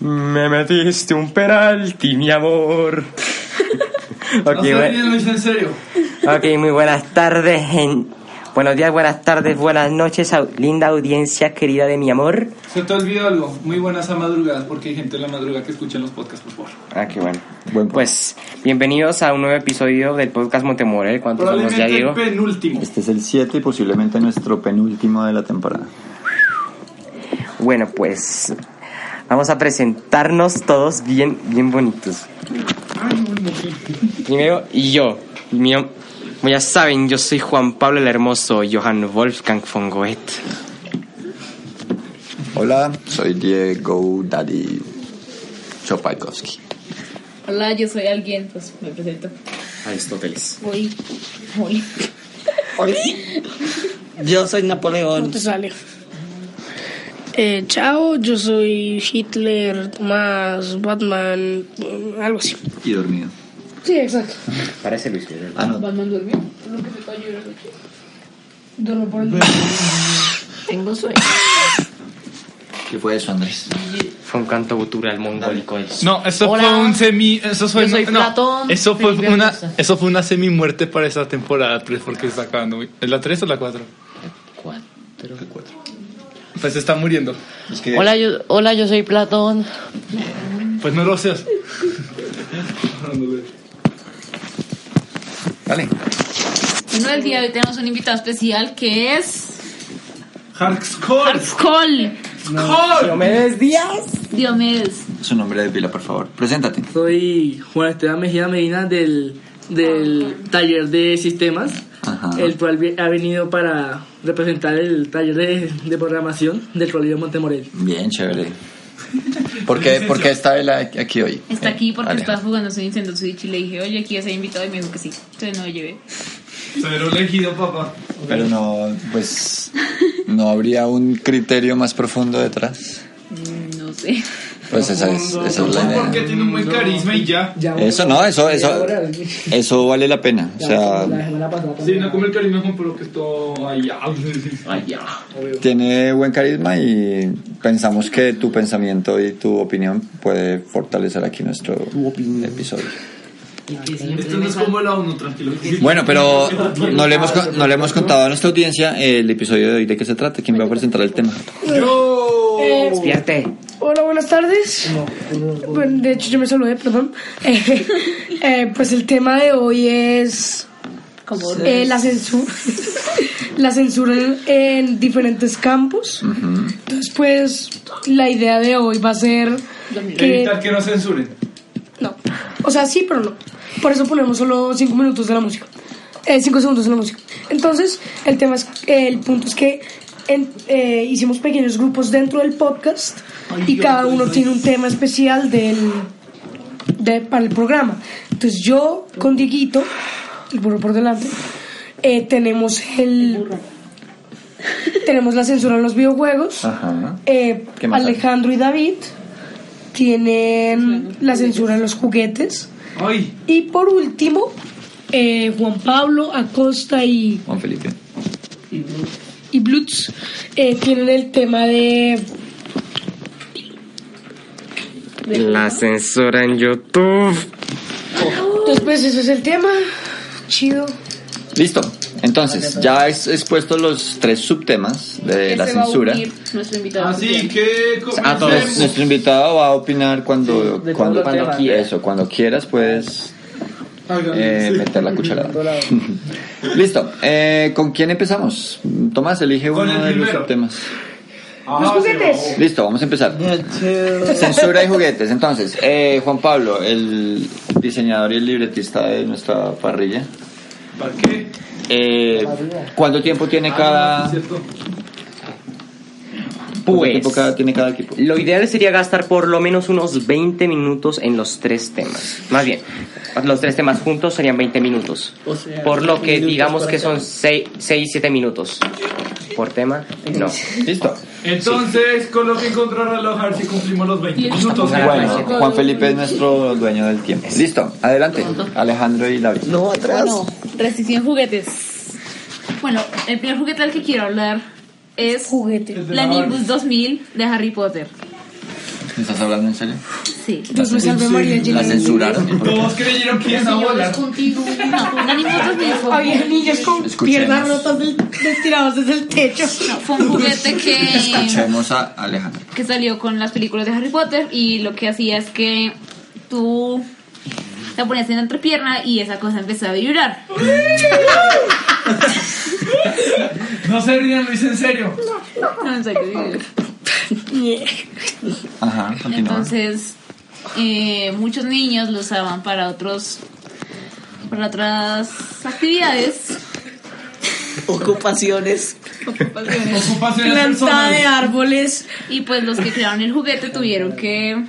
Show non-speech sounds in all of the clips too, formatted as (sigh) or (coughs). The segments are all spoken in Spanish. Me metiste un penalti, mi (laughs) amor. No ok, se bue- ríen, lo hice en serio. ok, muy buenas tardes. gen- Buenos días, buenas tardes, buenas noches, au- linda audiencia querida de mi amor. Se te olvidó algo. Muy buenas a madrugadas porque hay gente en la madrugada que escucha los podcasts, por favor. Ah, qué bueno. Pues, bienvenidos a un nuevo episodio del podcast Montemorel. ¿Cuántos somos ya, Probablemente Diego? el penúltimo. Este es el 7 y posiblemente nuestro penúltimo de la temporada. Bueno, pues, vamos a presentarnos todos bien, bien bonitos. Ay, muy bien. Primero, yo. Mi, nom- como ya saben, yo soy Juan Pablo el Hermoso, Johann Wolfgang von Goethe. Hola, soy Diego Daddy Chopalkowski. Hola, yo soy alguien, pues me presento. Aristóteles. Hoy, hoy. Yo soy Napoleón. te sale. Eh, chao, yo soy Hitler, más Batman, eh, algo así. Y dormido. Sí, exacto. Parece Luis Ah, no. Batman durmió. Lo que se puede llorar aquí. Duermo por el (laughs) Tengo sueño. ¿Qué fue eso, Andrés? Fue un canto gutural mongólico. del- No, eso Hola. fue un semi. Eso fue, Yo soy no, no, Platón, eso fue Felipe una, Augusto. eso fue una semi muerte para esa temporada 3 porque está acabando. muy- ¿Es la 3 o la 4? Pues se está muriendo. Es que Hola, yo, hola, yo soy Platón. Pues no lo (laughs) seas. Dale. Bueno, el día de hoy tenemos un invitado especial que es. Harkscore. Arfcol Diomedes. Su nombre de pila, por favor. Preséntate. Soy Juan Esteban Mejía Medina del, del taller de sistemas, Ajá. el cual vi- ha venido para representar el taller de, de programación del Colegio Montemorel. Bien, (laughs) chévere. ¿Por qué, ¿por qué está él aquí hoy? Está Eh, aquí porque vale. estaba jugando su Nintendo Switch y le dije, oye, aquí ya se ha invitado y me dijo que sí. Entonces no lo llevé. Pero elegido, papá. Pero no, pues, no habría un criterio más profundo detrás. Mm, No sé. Pues esa es, esa es la idea. Porque tiene un buen carisma y ya. Ya, Eso no, eso, eso, eso vale la pena. O la sea, semana pasada Sí, también. no come el carisma, Juan, pero que esto. Ay, ya. tiene buen carisma y pensamos que tu pensamiento y tu opinión puede fortalecer aquí nuestro episodio. Esto no es como la ONU, tranquilo. Bueno, pero no le hemos, co- no le hemos contado a nuestra audiencia el episodio de hoy de qué se trata, quién va a presentar el tema. Despierte. Hola, buenas tardes. Bueno, de hecho, yo me saludé, perdón. (laughs) Eh, eh, pues el tema de hoy es Como eh, la censura, (laughs) la censura en, en diferentes campos. Entonces, pues la idea de hoy va a ser que Evitar que no censuren. No. O sea, sí, pero no. Por eso ponemos solo 5 minutos de la música. 5 segundos de la música. Entonces, el tema es, eh, el punto es que en- eh, hicimos pequeños grupos dentro del podcast y cada uno tiene un tema especial del, de- para el programa. Entonces, yo con Dieguito, el burro por delante, eh, tenemos el... Tenemos la censura en los videojuegos. Ajá. Eh, ¿Qué más hay? Alejandro y David tienen la censura en los juguetes. Ay, Y por último, eh, Juan Pablo Acosta y, Juan Felipe. y Blutz eh, tienen el tema de... La censura en YouTube. Entonces, pues ese es el tema. Chido. Listo. Entonces, ya es expuesto los tres subtemas de la censura. nuestro invitado. así que a todos. Pues, comencemos. nuestro invitado va a opinar cuando, de cuando, todos los cuando temas. quieras. Eso, cuando quieras puedes Háganlo, eh, sí. meter la cucharada. (laughs) Listo. eh, ¿Con quién empezamos? Tomás, elige Con uno el de los primero. subtemas. Ah, Los sí, juguetes. no. Listo, vamos a empezar. Censura y juguetes. Entonces, eh, Juan Pablo, el diseñador y el libretista de nuestra parrilla. ¿Para qué? eh, ¿Cuánto tiempo tiene cada, Ah, ¿Cierto? cuánto Pues. tiempo cada- tiene cada equipo? Lo ideal sería gastar por lo menos unos 20 minutos en los tres temas. Más bien, los tres temas juntos serían 20 minutos. O sea, por lo que minutos digamos para que cada- son 6, 7 minutos. ¿Por tema? No. Listo. Entonces, con lo que encontrará reloj, a ver si cumplimos los 20 minutos. Bueno, Juan Felipe es nuestro dueño del tiempo. Listo, adelante. Alejandro y David. No, atrás. Bueno, resistían juguetes. Bueno, el primer juguete del que quiero hablar es Juguete. la Nimbus 2000 de Harry Potter. ¿Me estás hablando en serio? Sí. Dios me salve María llena La de gracia. censuraron. Todos creyeron que iban a volar. continúan. Fue un animoso que dijo- Había niños con Escuchemos. piernas rotas del- tirados desde el (laughs) techo. Fue un juguete que, Escuchemos a Alejandra. que salió con las películas de Harry Potter y lo que hacía es que tú la ponías en la entrepierna y esa cosa empezaba a vibrar. (laughs) No se rían, Luis, en serio. No sé qué vibrar. Ajá, continúa. Entonces, eh, muchos niños lo usaban para otros para otras actividades, Ocupaciones. ocupaciones. Ocupaciones Planta de personales. árboles. Y pues los que crearon el juguete tuvieron que...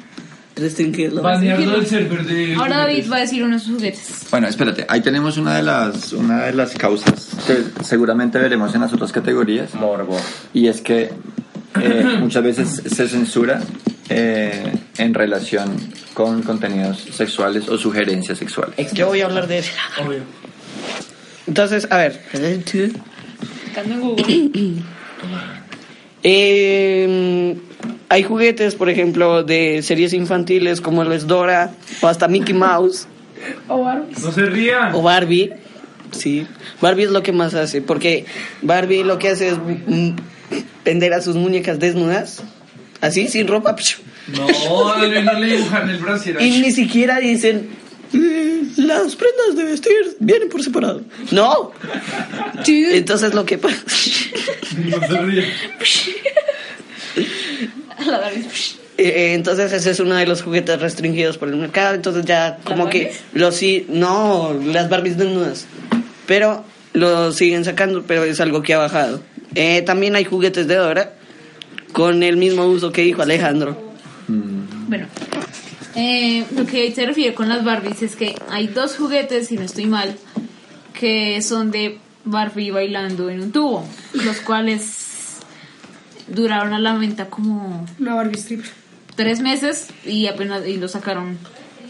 Restringirlo. Banearlo del server de. Ahora David va a decir unos juguetes. Bueno, espérate, ahí tenemos una de las una de las causas que seguramente veremos en las otras categorías Morbo. y es que eh, muchas veces se censura eh, en relación con contenidos sexuales o sugerencias sexuales. Yo voy a hablar de eso. Obvio. Entonces, a ver. Buscando en Google. Eh, hay juguetes, por ejemplo, de series infantiles como el es Dora o hasta Mickey Mouse No se rían. Oh. o Barbie. Sí, Barbie es lo que más hace, porque Barbie lo que hace es mm, vender a sus muñecas desnudas, así, sin ropa. pshu. No, a Luis no le dibujan el (laughs) brasier. Y ni siquiera dicen, "Eh, las prendas de vestir vienen por separado. No. Entonces lo que pasa... No se rían. La David. Eh, eh, Entonces ese es uno de los juguetes restringidos por el mercado. Entonces ya como que Barbies? los sí, no, las Barbies desnudas. Pero lo siguen sacando, pero es algo que ha bajado. Eh, también hay juguetes de Dora con el mismo uso que dijo Alejandro. Bueno, eh, lo que se refiere con las Barbies es que hay dos juguetes, si no estoy mal, que son de Barbie bailando en un tubo, los cuales duraron a la venta como Una Barbie stripper. tres meses y apenas y lo sacaron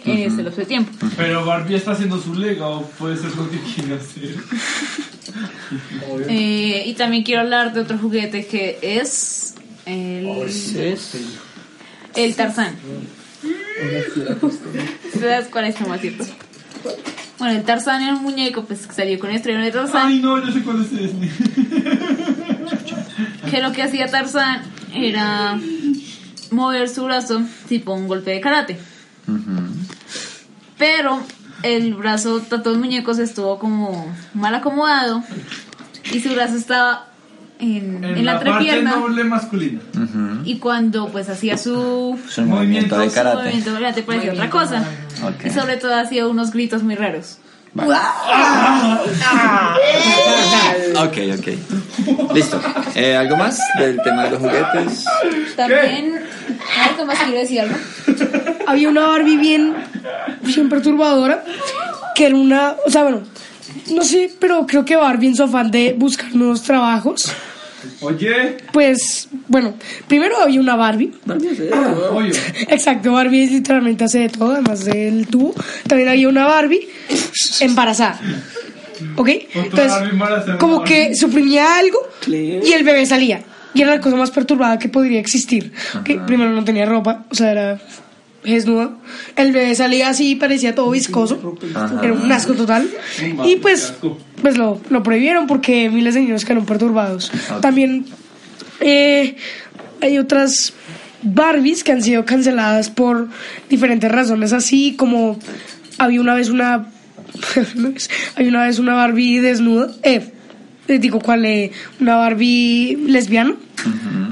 eh, se los fue tiempo. Pero Barbie está haciendo su legado, puede ser lo que quiera hacer. Eh, y también quiero hablar de otro juguete que es el, este. el Tarzán. Mm. ¿Sabes cuál es más cierto? Bueno, el Tarzán era un muñeco pues, que salió con el estreno de Tarzán. Ay, no, yo sé cuál es este. ese. que lo que hacía Tarzán era mover su brazo tipo un golpe de karate. Pero el brazo de todos los muñecos estuvo como mal acomodado y su brazo estaba en, en la, parte entrepierna noble masculina. y cuando pues hacía su, Es un movimiento de Movimientos su karate. movimiento karate parecía otra cosa. Ok. Y sobre todo hacía unos gritos muy raros. Ok, ok. Listo. Eh, ¿Algo más del tema de los juguetes? También, algo más quiero decir algo. Había una Barbie bien, bien perturbadora, que era una, o sea, bueno, no sé, pero creo que Barbie en su afán de buscar nuevos trabajos, Oye, pues, bueno, primero había una Barbie, (laughs) pollo. exacto, Barbie es literalmente hace de todo, además del tubo, también había una Barbie embarazada, ¿ok? Entonces, Barbie embarazada, como Barbie. que suprimía algo y el bebé salía. Y era la cosa más perturbada que podría existir. ¿ok? Primero no tenía ropa, o sea, era desnudo. El bebé salía así, parecía todo viscoso. Era un asco total. Y pues, pues lo, lo prohibieron porque miles de niños quedaron perturbados. También eh, hay otras Barbies que han sido canceladas por diferentes razones, así como había una vez una (laughs) hay una vez una Barbie desnuda, eh, les digo cuál, eh, una Barbie lesbiana,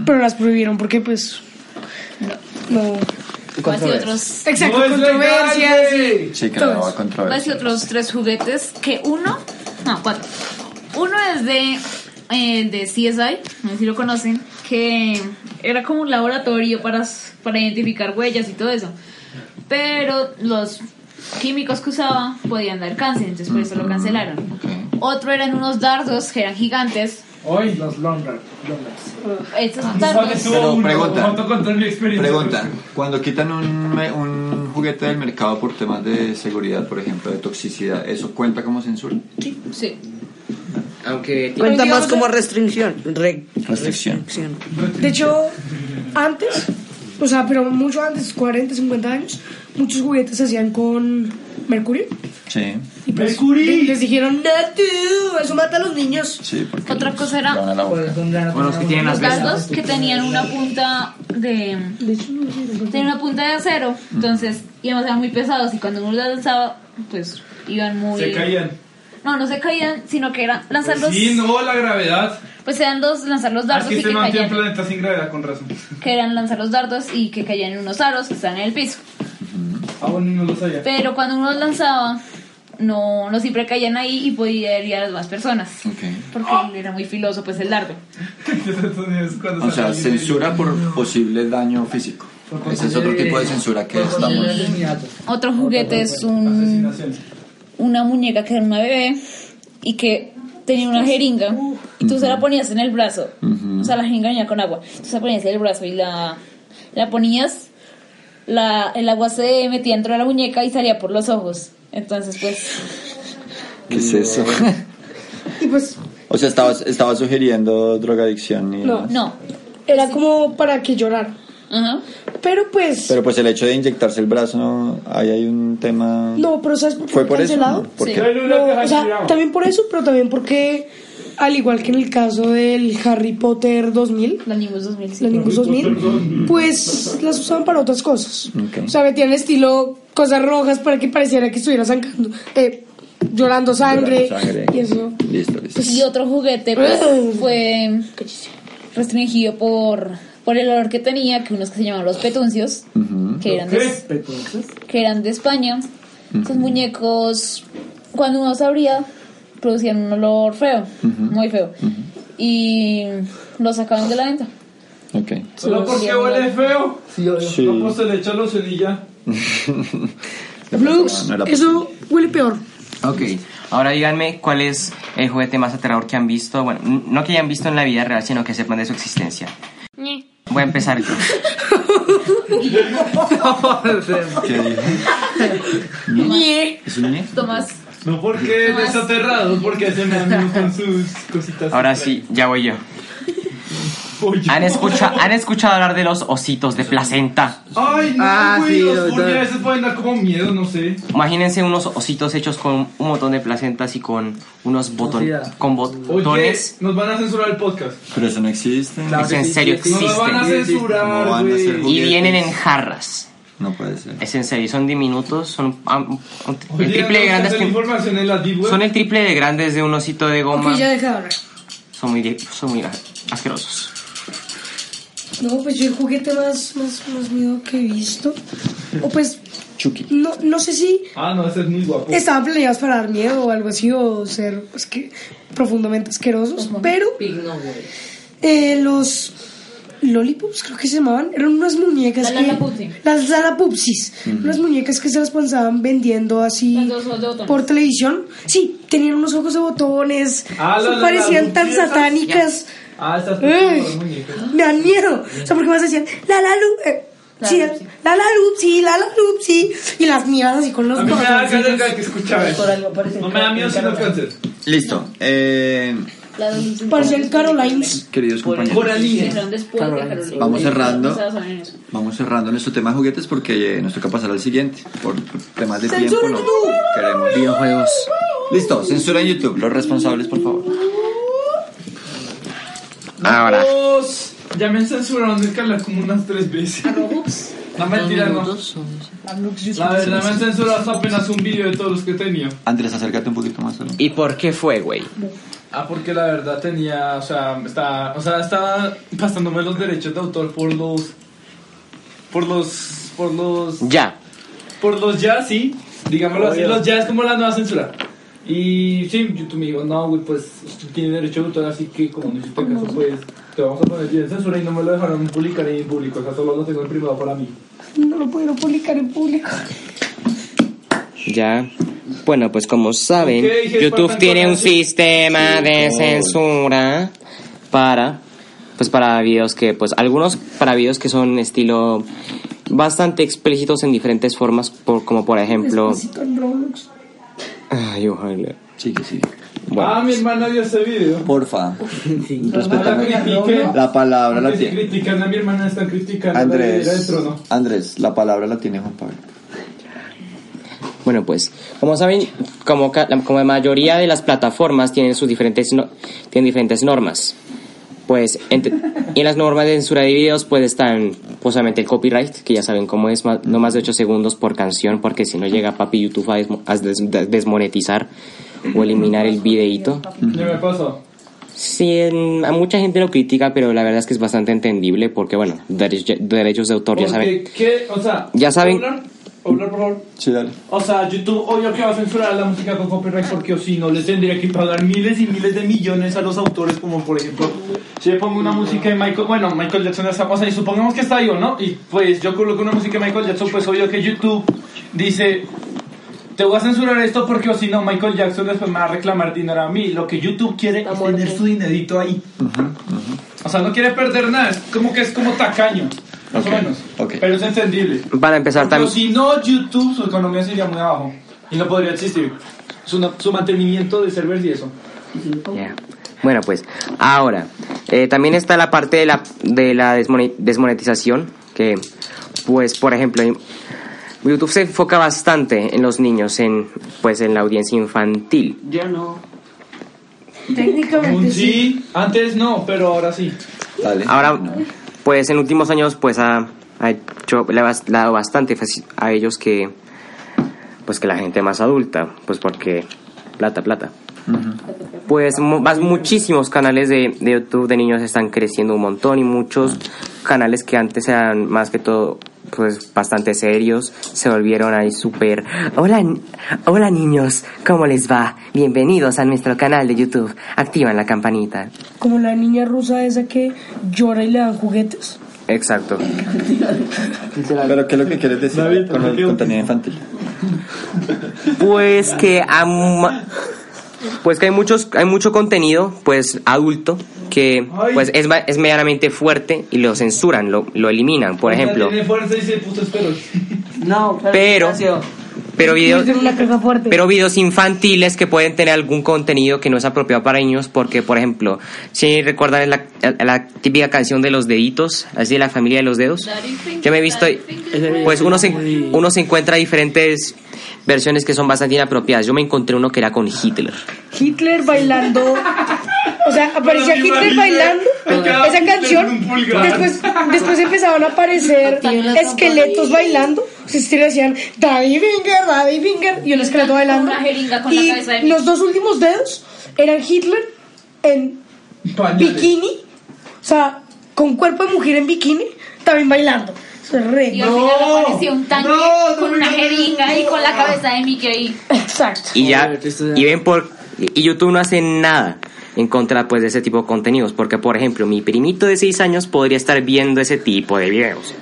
pero las prohibieron porque pues no, Voy a decir otros exacto, No es pues. controversias. legal, güey. Sí, claro, Todos. va a Voy a decir controversia. otros tres juguetes que uno, no, cuatro. Uno es de, eh, de CSI, no sé si lo conocen, que era como un laboratorio para, s- para identificar huellas y todo eso. Pero los químicos que usaba podían dar cáncer, entonces por eso lo cancelaron. Otro eran unos dardos que eran gigantes. Hoy. Estos Ah, ¿Cuál dardos. Pero estuvo uno? pregunta. Voto contra mi experiencia. Pregunta, cuando quitan un, me- un juguete del mercado por temas de seguridad, por ejemplo, de toxicidad, ¿eso cuenta como censura? Sí. Aunque Cuenta digamos más como restricción. Re- Restricción. restricción. De hecho, antes o sea, pero mucho antes, 40, 50 años, muchos juguetes se hacían con mercurio. Sí, Y pues, ¡Mercurio! le- Les dijeron, no, tú, eso mata a los niños. sí, porque. Otra los cosa era- van a la boca. O los que tienen Los asbesto. dardos que tenían una punta de. Tenían una punta de acero. Mm. Entonces, y además eran muy pesados. Y cuando uno los lanzaba, pues iban muy. Se caían. Pues No, no se caían, sino que era lanzar los. Sí, no, la gravedad. Pues eran los lanzar los Es dardos que y se que mantiene un caían. planeta sin gravedad, con razón. Que eran lanzar los dardos y que caían en unos aros que estaban en el piso. Ah, bueno, no lo (laughs) sabía. Pero cuando uno los lanzaba, no, no siempre caían ahí y podía herir a las demás personas. Ok. Porque Ah. era muy filoso, pues el dardo. O sea, censura por posible daño físico. Ese es otro tipo de censura que estamos. Otro juguete es un. una muñeca que era una bebé y que tenía una jeringa y tú se la ponías en el brazo, o sea, la jeringa venía con agua, tú se la ponías en el brazo y la, la ponías, la, el agua se metía dentro de la muñeca y salía por los ojos. Entonces, pues, ¿Qué es eso? Y pues, (laughs) o sea, estaba, estaba sugiriendo drogadicción y. No. no. era como para que llorar. Ajá. Pero pues, Pero pues el hecho de inyectarse el brazo, ¿no? ahí hay un tema. no, pero ¿sabes por qué ¿Fue por eso? cancelado? ¿no? ¿Por Sí. qué? No, o sea, también por eso, pero también porque, al igual que en el caso del Harry Potter 2000, La Nimbus 2005. la Nimbus 2000, pues las usaban para otras cosas. Ok. O sea, metían estilo cosas rojas para que pareciera que estuviera zancando, eh, llorando sangre. Sangre. Y eso. Listo, listo. Y otro juguete pues, fue restringido por, por el olor que tenía, que unos que se llamaban los petuncios, que eran de, que eran de España. Esos muñecos, cuando uno los abría, producían un olor feo, muy feo. Y los sacaban de la venta. Ok. Solo porque huele feo. Sí. No, pues se le echó los y ya. Blux, No era- eso huele peor. Ok, ahora díganme cuál es el juguete más aterrador que han visto. Bueno, n- no que hayan visto en la vida real, sino que sepan de su existencia. Voy a empezar yo. ¿Qué dijo? ¿Es un ñe? Tomás, No porque es desaterrado, porque hacen amigos con sus cositas. Ahora sí, ya voy yo. ¿Han, escucha- ¿Han escuchado hablar de los ositos de placenta? (laughs) Ay, no, Ah, güey, sí, los doctor. furby a veces pueden dar como miedo, no sé. Imagínense unos ositos hechos con un montón de placentas y con unos botones. Hostia. Con Oye, botones. nos van a censurar el podcast. Pero eso no existe. Claro Es que en sí, serio, sí, sí. Nos lo van a existen. ¿Cómo censurar, van a hacer güey. Y juguetes? vienen en jarras. No puede ser. Es en serio, son diminutos, son am, un- el Oye, triple de nos grandes sacan que- información en la deep web. Son el triple de grandes de un osito de goma. Ok, ya deja de hablar. Son muy, de- son muy asquerosos. No, pues yo el juguete más, más, más miedo que he visto. O pues, Chucky. no, no sé si Ah, no, ese es muy guapo. estaban planeados para dar miedo o algo así, o ser pues, que, profundamente asquerosos, pero eh, los lollipops creo que se llamaban, eran unas muñecas La que... lalapupsi. Las lalapupsis, unas muñecas que se las pensaban vendiendo así Las dos ojos de botones. por televisión. Sí, tenían unos ojos de botones, Ah, la- la- parecían la- tan esas- satánicas. Ah, estas Ey. muñecas. Me dan miedo. O sea, porque más decían, la la lu, eh, La sí, Lupsi. la la lupsi, la la lupsi. Y las miradas así con los A mí me da botones. cáncer cada que escuchaba eso. No me da miedo sino cáncer. Listo. Eh, la dos- Parecían Carolines. queridos compañeros, Fueron después de Carolina. Vamos cerrando. No se basaban en eso. vamos cerrando nuestro tema de juguetes porque eh, nos toca pasar al siguiente. Por temas de tiempo no Censúrenlo. queremos. Videojuegos. Listo, censura en YouTube. Los responsables, por favor. Ahora. Dios, ya me censuraron de Carla como unas tres veces. (laughs) No mentira, no. La verdad me han censurado hasta apenas un vídeo de todos los que tenía. Andrés, acércate un poquito más. solo. ¿Y por qué fue, güey? Ah, porque la verdad tenía, o sea, estaba, o sea, estaba gastándome los derechos de autor por los, por los, por los, Ya. por los ya, sí, digámoslo así, los ya es como la nueva censura. Y sí, YouTube me dijo, no, güey, pues usted tiene derecho de autor, así que como no hiciste caso, pues te vamos a poner bien censura y no me lo dejaron publicar en público, o sea, solo lo tengo en privado para mí. No lo pudieron publicar en público. Ya. Bueno, pues como saben, Ok, dije, YouTube faltan tiene un cosas. sistema de Sí, censura para pues para videos que pues algunos para videos que son estilo bastante explícitos en diferentes formas, por, como por ejemplo, Despacito en Roblox. ay, ojalá. Sí, que sí. Bueno, Ah, mi hermana vio ese video. porfa, No la respetame. critiquen. La palabra la Porque si tiene. critican a mi hermana, están criticando a la heredera del Andrés, trono. Andrés, la palabra la tiene Juan Pablo. Bueno, pues, como saben, como, ca- la, como la mayoría de las plataformas tienen sus diferentes, no- tienen diferentes normas. Pues, ente- y en las normas de censura de videos, pues están, pues obviamente el copyright, que ya saben cómo es, ma- no más de 8 segundos por canción, porque si no llega papi YouTube a, desmo- a des- des- desmonetizar o eliminar el videíto. Ya me pasó. Sí, en- a mucha gente lo critica, pero la verdad es que es bastante entendible, porque bueno, dere- derechos de autor, ya saben. Porque, ¿qué? O sea, Ya saben- Oblar, Oblar, por favor. Sí, dale. O sea, YouTube obvio que va a censurar la música con copyright porque o si no les tendría que pagar miles y miles de millones a los autores como por ejemplo si yo pongo una música de Michael, bueno, Michael Jackson es famosa y supongamos que está yo, ¿no? Y pues yo coloco una música de Michael Jackson, pues obvio que YouTube dice te voy a censurar esto porque o si no Michael Jackson después me va a reclamar dinero a mí. Lo que YouTube quiere es tener su dinerito ahí. O sea, no quiere perder nada, es como que es como tacaño, más Ok, o menos. ok. Pero es entendible. Para empezar, Pero también. si no, YouTube, su economía sería muy abajo y no podría existir. Su, no- su mantenimiento de servers y eso. Ya. Bueno, pues ahora, eh, también está la parte de la, de la desmone- desmonetización, que pues por ejemplo, en- YouTube se enfoca bastante en los niños, en pues en la audiencia infantil. Ya no. Técnicamente Un sí. sí, antes no, pero ahora sí. Dale. Ahora, No. pues en últimos años, pues ha, ha hecho, le ha bas- le ha dado bastante faci- a ellos que, pues que la gente más adulta, pues porque plata, plata. Pues mu- más muchísimos canales de, de YouTube de niños están creciendo un montón y muchos canales que antes eran más que todo pues bastante serios se volvieron ahí súper hola ni- hola niños cómo les va bienvenidos a nuestro canal de YouTube activan la campanita Como la niña rusa esa que llora y le dan juguetes. exacto Pero ¿qué es lo que quieres decir con el contenido infantil? Pues que am- pues que hay muchos hay mucho contenido pues adulto que pues es, ma- es medianamente fuerte y lo censuran, lo, lo eliminan, por ejemplo. Tiene fuerza y se puso espero. (laughs) No, Pero pero videos Tiene una caja fuerte. pero videos infantiles que pueden tener algún contenido que no es apropiado para niños porque por ejemplo, si recuerdan la, la típica canción de los deditos, así de la familia de los dedos. Yo me he visto pues uno se, uno se encuentra diferentes versiones que son bastante inapropiadas. Yo me encontré uno que era con Hitler. Hitler bailando. O sea, aparecía Pero sí, Hitler Hitler bailando tocaba esa Hitler canción. con un pulgar. Después, después empezaban a aparecer Patíbulas esqueletos con bailando. Ustedes decían David Finger, David Finger y un esqueleto Con bailando. una jeringa con la y cabeza de los dos últimos dedos eran Hitler en bikini, o sea, con cuerpo de mujer en bikini, también bailando. Eso es re. Y al final apareció un tanque con una jeringa y con la cabeza de Mickey ahí. Exacto. y ya Joder, que esto ya- y ven por y YouTube no hace nada en contra pues de ese tipo de contenidos porque por ejemplo mi primito de 6 años podría estar viendo ese tipo de videos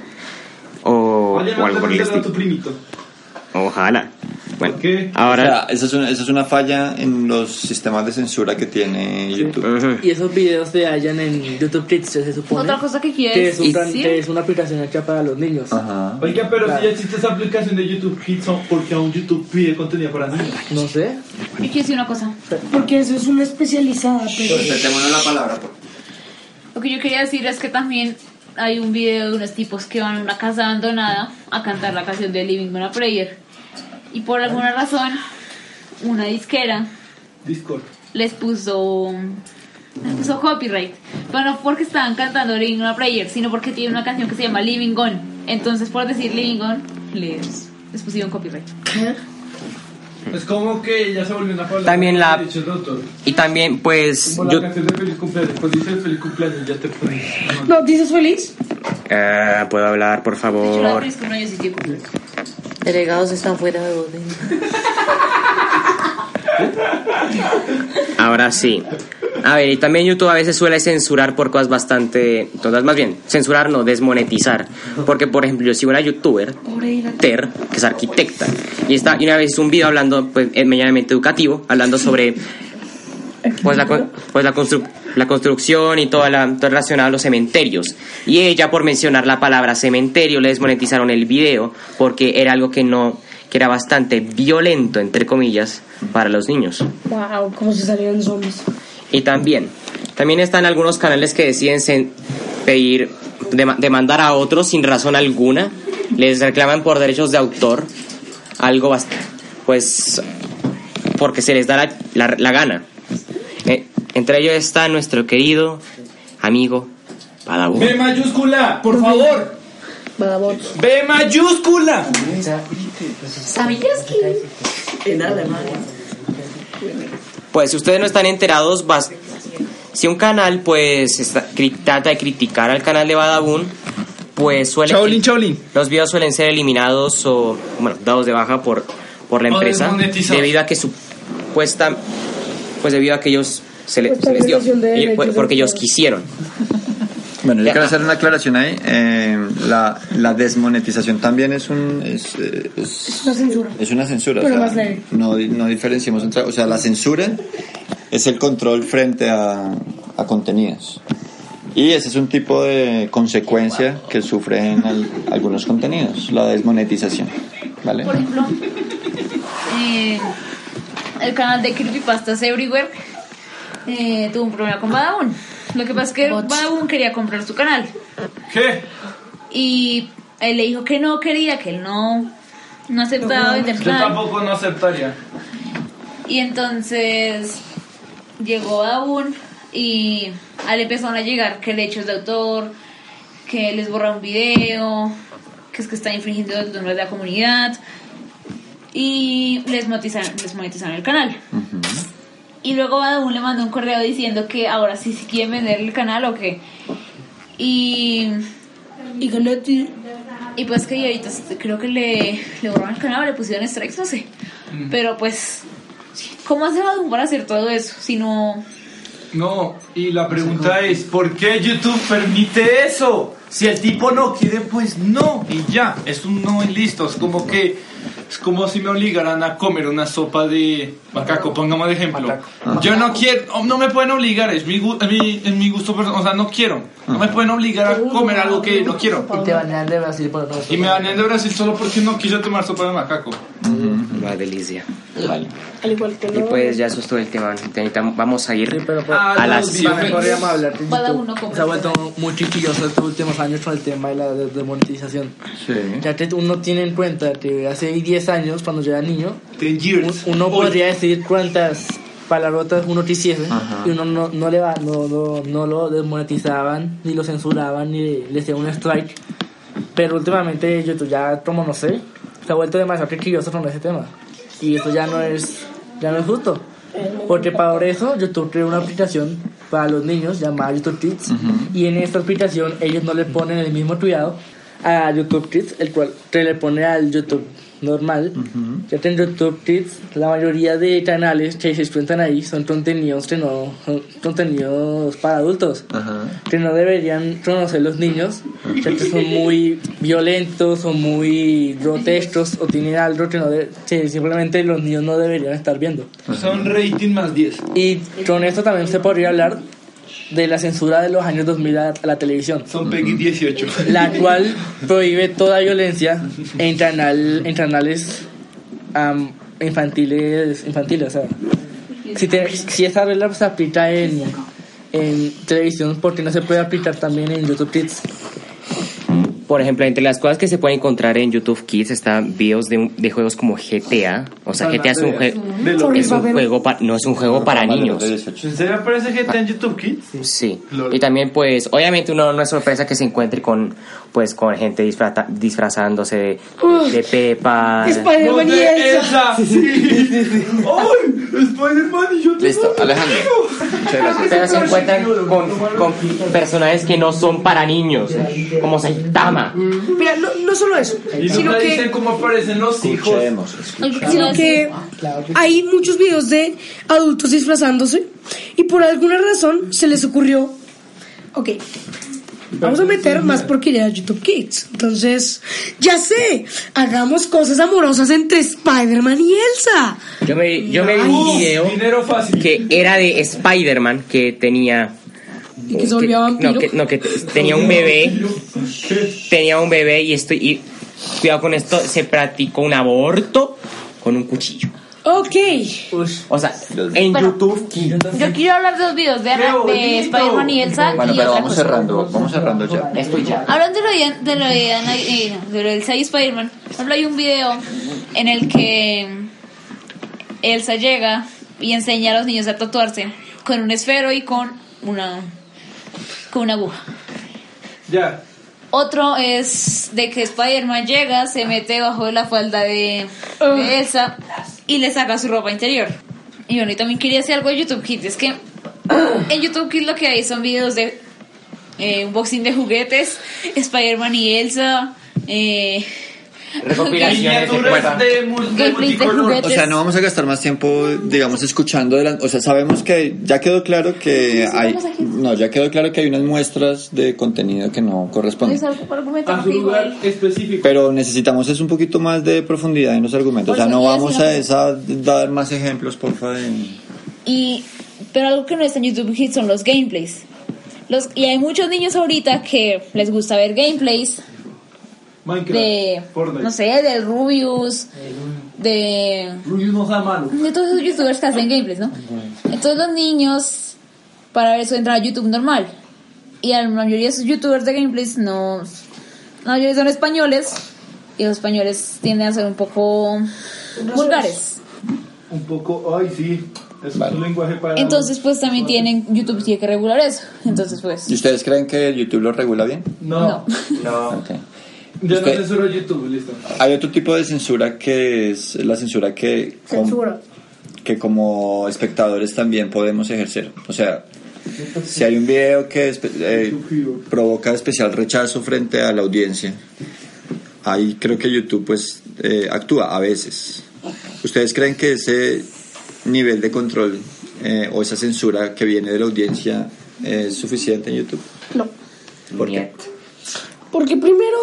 o, o algo por el a tu estilo primito. ojalá bueno Ok. O ahora sea, esa es, una, esa es una falla en los sistemas de censura que tiene YouTube. Ujú. Y esos videos se hallan en YouTube Kids, se supone. Otra cosa que que quieres es, un plan- que decir. es una aplicación hecha para los niños. Ajá. Oiga, pero si ya existe esa aplicación de YouTube Kids, porque aún YouTube pide contenido para niños? No sé. Yo quiero decir una cosa. Porque eso es una especializada, pero Respetémonos la palabra. Lo que yo quería decir es que también hay un video de unos tipos que van a una casa abandonada a cantar la canción de Living on a Prayer. Y por alguna razón, una disquera Discord. les puso les puso copyright pero no porque estaban cantando Living on a Prayer sino porque tiene una canción que se llama Living On entonces por decir Living On les, les pusieron copyright ¿eh? Es como que ya se volvió una palabra. También la- de derechos de autor. y también pues Como la yo canción de feliz cumpleaños. Cuando dice feliz cumpleaños, ya te pones. No. ¿No dices feliz? Ah, puedo hablar por de hecho la favor feliz cumpleaños y yo Delegados están fuera de orden. ahora sí a ver, y también YouTube a veces suele censurar por cosas bastante... Todas, más bien, censurar no, desmonetizar. Porque, por ejemplo, yo sigo una youtuber Ter, que es arquitecta. Y, está, y una vez hizo un video hablando, pues, eh, medianamente educativo, hablando sobre pues, la, con- pues, la, constru- la construcción y toda la, todo relacionado a los cementerios. Y ella, por mencionar la palabra cementerio, le desmonetizaron el video porque era algo que no que era bastante violento, entre comillas, para los niños. Wow, cómo se salieron zombies. Y también, también están algunos canales que deciden sen- pedir, dema- demandar a otros sin razón alguna. Les reclaman por derechos de autor. Algo bast- pues, porque se les da la, la- la gana. Eh, entre ellos está nuestro querido amigo Padabu. B mayúscula, por favor. B mayúscula. ¿Sabías que? En Alemania. Pues si ustedes no están enterados, bas- si un canal pues está- cri- trata de criticar al canal de Badabun, pues suele Chaolin, Chaolin. los videos suelen ser eliminados o bueno, dados de baja por, por la O empresa desmonetizados. debido a que supuesta pues debido a que ellos se, le- Pues, se les dio violación de ellos- derechos por- porque ellos humanos. quisieron. Bueno, yo quiero hacer una aclaración ahí. Eh, la, la desmonetización también es un es, eh, es- Una censura. es una censura. Pero o sea, más leve. no, no diferenciamos entre... O sea, la censura es el control frente a, a contenidos. Y ese es un tipo de consecuencia que sufren al- algunos contenidos, la desmonetización. ¿Vale? Por ejemplo, eh, el canal de Creepypastas Everywhere eh, tuvo un problema con Badaboom. Lo que pasa es que Badaboom quería comprar su canal ¿Qué? y él le dijo que no quería, que él no, no aceptaba vender Yo nada. tampoco no aceptaría. Y entonces llegó Badaboom y a él empezaron a llegar que derechos de autor, que les borra un video, que es que está infringiendo los derechos de la comunidad y les monetizaron, les monetizaron el canal. Y luego Badabun le mandó un correo diciendo que ahora sí, si quieren vender el canal o qué. Y, Y Galetti. y pues que ahorita s- creo que le, le borraron el canal, le pusieron strikes, no sé. Pero pues, ¿cómo hace Badabun para hacer todo eso? Si no... No, y la pregunta es, ¿por qué YouTube permite eso? Si el tipo no quiere, pues no, y ya, es un no y listo, es como que, es como si me obligaran a comer una sopa de macaco, pongamos de ejemplo. Yo no quiero, oh, no me pueden obligar, es mi, gu- es mi, es mi gusto personal, o sea, no quiero, no me pueden obligar a comer algo que no quiero. Y te banean de Brasil por todo Y me banean de Brasil solo porque no quise tomar sopa de macaco. Una delicia. Vale. Al igual que Y no. pues ya eso es todo el tema. Necesitamos- Vamos a ir pues, Ah, a no, las sí, Yo Perfecto. podríamos hablar de Badabun no YouTube. compra Se ha el vuelto muy chiquilloso estos últimos años con el tema de la de- desmonetización. Sí. Ya te, uno tiene en cuenta que hace 10 años, cuando yo era niño, Ten un- years. uno Oye, podría decir cuántas palabrotas uno quisiese Ajá. y uno no, no le va, no, no, no lo desmonetizaban, ni lo censuraban, ni le hacían un strike. Pero últimamente YouTube ya, como no sé, se ha vuelto demasiado quisquilloso con ese tema. Y eso ya no es, ya no es justo. Porque para eso YouTube creó una aplicación para los niños llamada YouTube Kids y en esta aplicación ellos no le ponen el mismo cuidado a YouTube Kids, el cual te le pone al YouTube normal. Ya que en YouTube Kids la mayoría de canales que se encuentran ahí son contenidos que no son contenidos para adultos Ajá. que no deberían conocer los niños, ya que son muy violentos o muy grotescos o tienen algo que, no de- que simplemente los niños no deberían estar viendo. Son rating más 10. Y con esto también se podría hablar de la censura de los años 2000 a, a la televisión, Son Peggy 18. la cual prohíbe toda violencia en, canal, en canales am, infantiles, infantiles. o sea, si, te- si esa regla se aplica en, en televisión, ¿por qué no se puede aplicar también en YouTube Kids? Por ejemplo, entre las cosas que se pueden encontrar en YouTube Kids están videos de, un- de juegos como GTA. O sea, GTA es un, jue- De lo es un juego pa- no es un juego para Vale, niños. de 18. ¿En serio aparece gente en YouTube Kids? Sí. Lol. Y también pues obviamente uno no es sorpresa que se encuentre con pues con gente disfrata- disfrazándose de, Uf. de Pepa. Spider-Man y ¡Monte Elsa. Elsa! ¡Sí! ¡Ay! ¡Spider-Man y yo te Listo, mato. Alejandro. Muchas gracias. Pero se encuentran con, con personajes que no son para niños, como Saitama. Mira, no, no solo eso, Y sino no que... dicen que, cómo aparecen los hijos. Escuchemos. sino que Ah, hay muchos videos de adultos disfrazándose y por alguna razón se les ocurrió, ok, vamos a meter más porquería a YouTube Kids. Entonces, ya sé, hagamos cosas amorosas entre Spider-Man y Elsa. Yo me, yo me vi Uf, un video Dinero fácil. que era de Spider-Man que tenía Y que se volvía no, vampiro. que, no, que te- tenía un bebé tenía un bebé y estoy y Cuidado con esto, se practicó un aborto con un cuchillo. Ok. Ush. O sea, en Bueno. YouTube, Yo quiero hablar de los videos de, de Spider-Man y Elsa. Bueno, y pero otra vamos cosa. cerrando, vamos cerrando ya. esto y ya. Hablando de lo de, de, lo de, Ana- eh, de lo de Elsa y Spider-Man, por ejemplo, hay un video en el que Elsa llega y enseña a los niños a tatuarse con un esfero y con una, con una aguja. Ya. Otro es de que Spider-Man llega, se mete bajo la falda de, de Elsa y le saca su ropa interior. Y bueno, y también quería hacer algo de YouTube Kids. (coughs) Es que en YouTube Kids lo que hay son videos de eh, unboxing de juguetes, Spider-Man y Elsa, eh, Recopilaciones de (laughs) Miniaturas cuerda. de, mul- de Gameplays de multicolor. juguetes. O sea, no vamos a gastar más tiempo, digamos, escuchando. de la- o sea, sabemos que ya quedó claro que hay. No, ya quedó claro que hay unas muestras de contenido que no corresponden. Es algo para argumentar A su que lugar igual- específico. Pero necesitamos es un poquito más de profundidad en los argumentos. O sea, Por no eso, vamos sí, a sí. esa, dar más ejemplos, porfa. de- Y, pero algo que no está en YouTube Hits son los gameplays. Los, y hay muchos niños ahorita que les gusta ver gameplays Minecraft. de, Fortnite. no sé, del Rubius, de, Rubius no sabe malo. de todos esos youtubers que hacen gameplays, ¿no? Entonces los niños, para ver eso, entran a YouTube normal. Y a la mayoría de esos youtubers de gameplays no... La mayoría son españoles. Y los españoles tienden a ser un poco vulgares. Un poco, ay, sí. Es un lenguaje para. Entonces pues también tienen, YouTube tiene que regular eso. Entonces pues... ¿Y ustedes creen que YouTube lo regula bien? No. (laughs) Ok. Yo no Usted- censuro YouTube, listo. Hay otro tipo de censura que es la censura que... com- Censura. que como espectadores también podemos ejercer. O sea, si hay un video que espe- eh, provoca especial rechazo frente a la audiencia, ahí creo que YouTube pues eh, actúa a veces. ¿Ustedes creen que ese nivel de control eh, o esa censura que viene de la audiencia es suficiente en YouTube? No. ¿Por qué? Niet. Porque primero,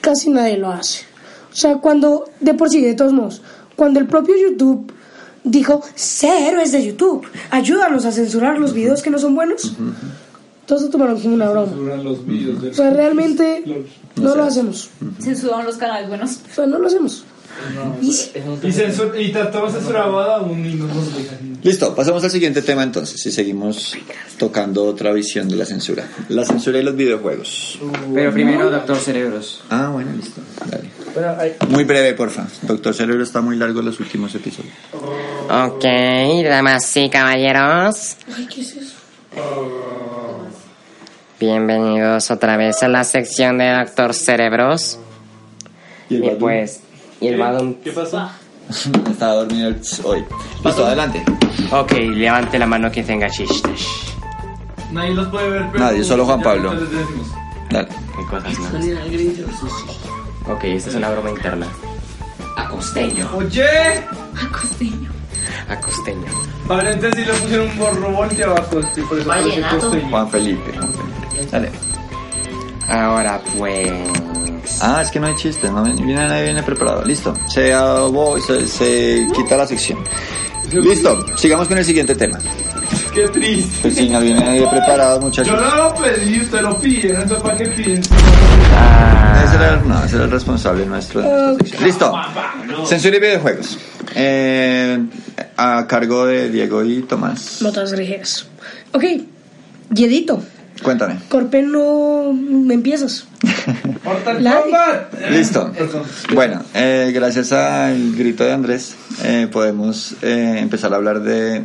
casi nadie lo hace. O sea, cuando, de por sí, de todos modos, cuando el propio YouTube dijo, sé héroes de YouTube, ayúdanos a censurar los videos que no son buenos, todos lo tomaron como una broma. Censuran los vídeos O sea, realmente no lo hacemos. se suban los canales buenos. O sea, no lo hacemos. Y, censur y tratamos de censurar a un y no nos dejan. Listo, pasamos al siguiente tema entonces y seguimos tocando otra visión de la censura. La censura y los videojuegos. Pero primero, Doctor Cerebros. Ah, bueno, listo. Dale. Bueno, hay, Muy breve, porfa. Doctor Cerebro está muy largo los últimos episodios. Ok, damas y caballeros. Bienvenidos otra vez a la sección de Doctor Cerebros. Eh, Y pues, y el Badum. ¿Qué pasó? Estaba dormido el- hoy. Listo, adelante. Ok, levante la mano quien tenga chistes. Nadie los puede ver, pero. Nadie, solo Juan ya Pablo. les decimos. Dale. Qué cosas más. Ok, esta es una broma interna. A costeño. Oye, A costeño. paréntesis le pusieron un borro volte abajo. así, por eso parece costeño. Juan Felipe. Juan Felipe. Dale. Ahora pues. Ah, es que no hay chistes. No viene, nadie viene preparado. Listo. Se, acabó y se, se quita la sección. Listo. Sigamos con el siguiente tema. Qué triste. Pues si no viene nadie preparado, Yo muchachos. no lo pedí, usted lo pide, no sé para qué piden. Ese era, no, ese era el responsable nuestro. de nuestra sección. Listo. Censura y videojuegos. Eh, a cargo de Diego y Tomás. Notas grises. Ok, Yedito, Cuéntame. Corpe, no me empiezas. Mortal La- Kombat. Listo. Perdón. Bueno, eh, gracias al grito de Andrés eh, podemos eh, empezar a hablar de,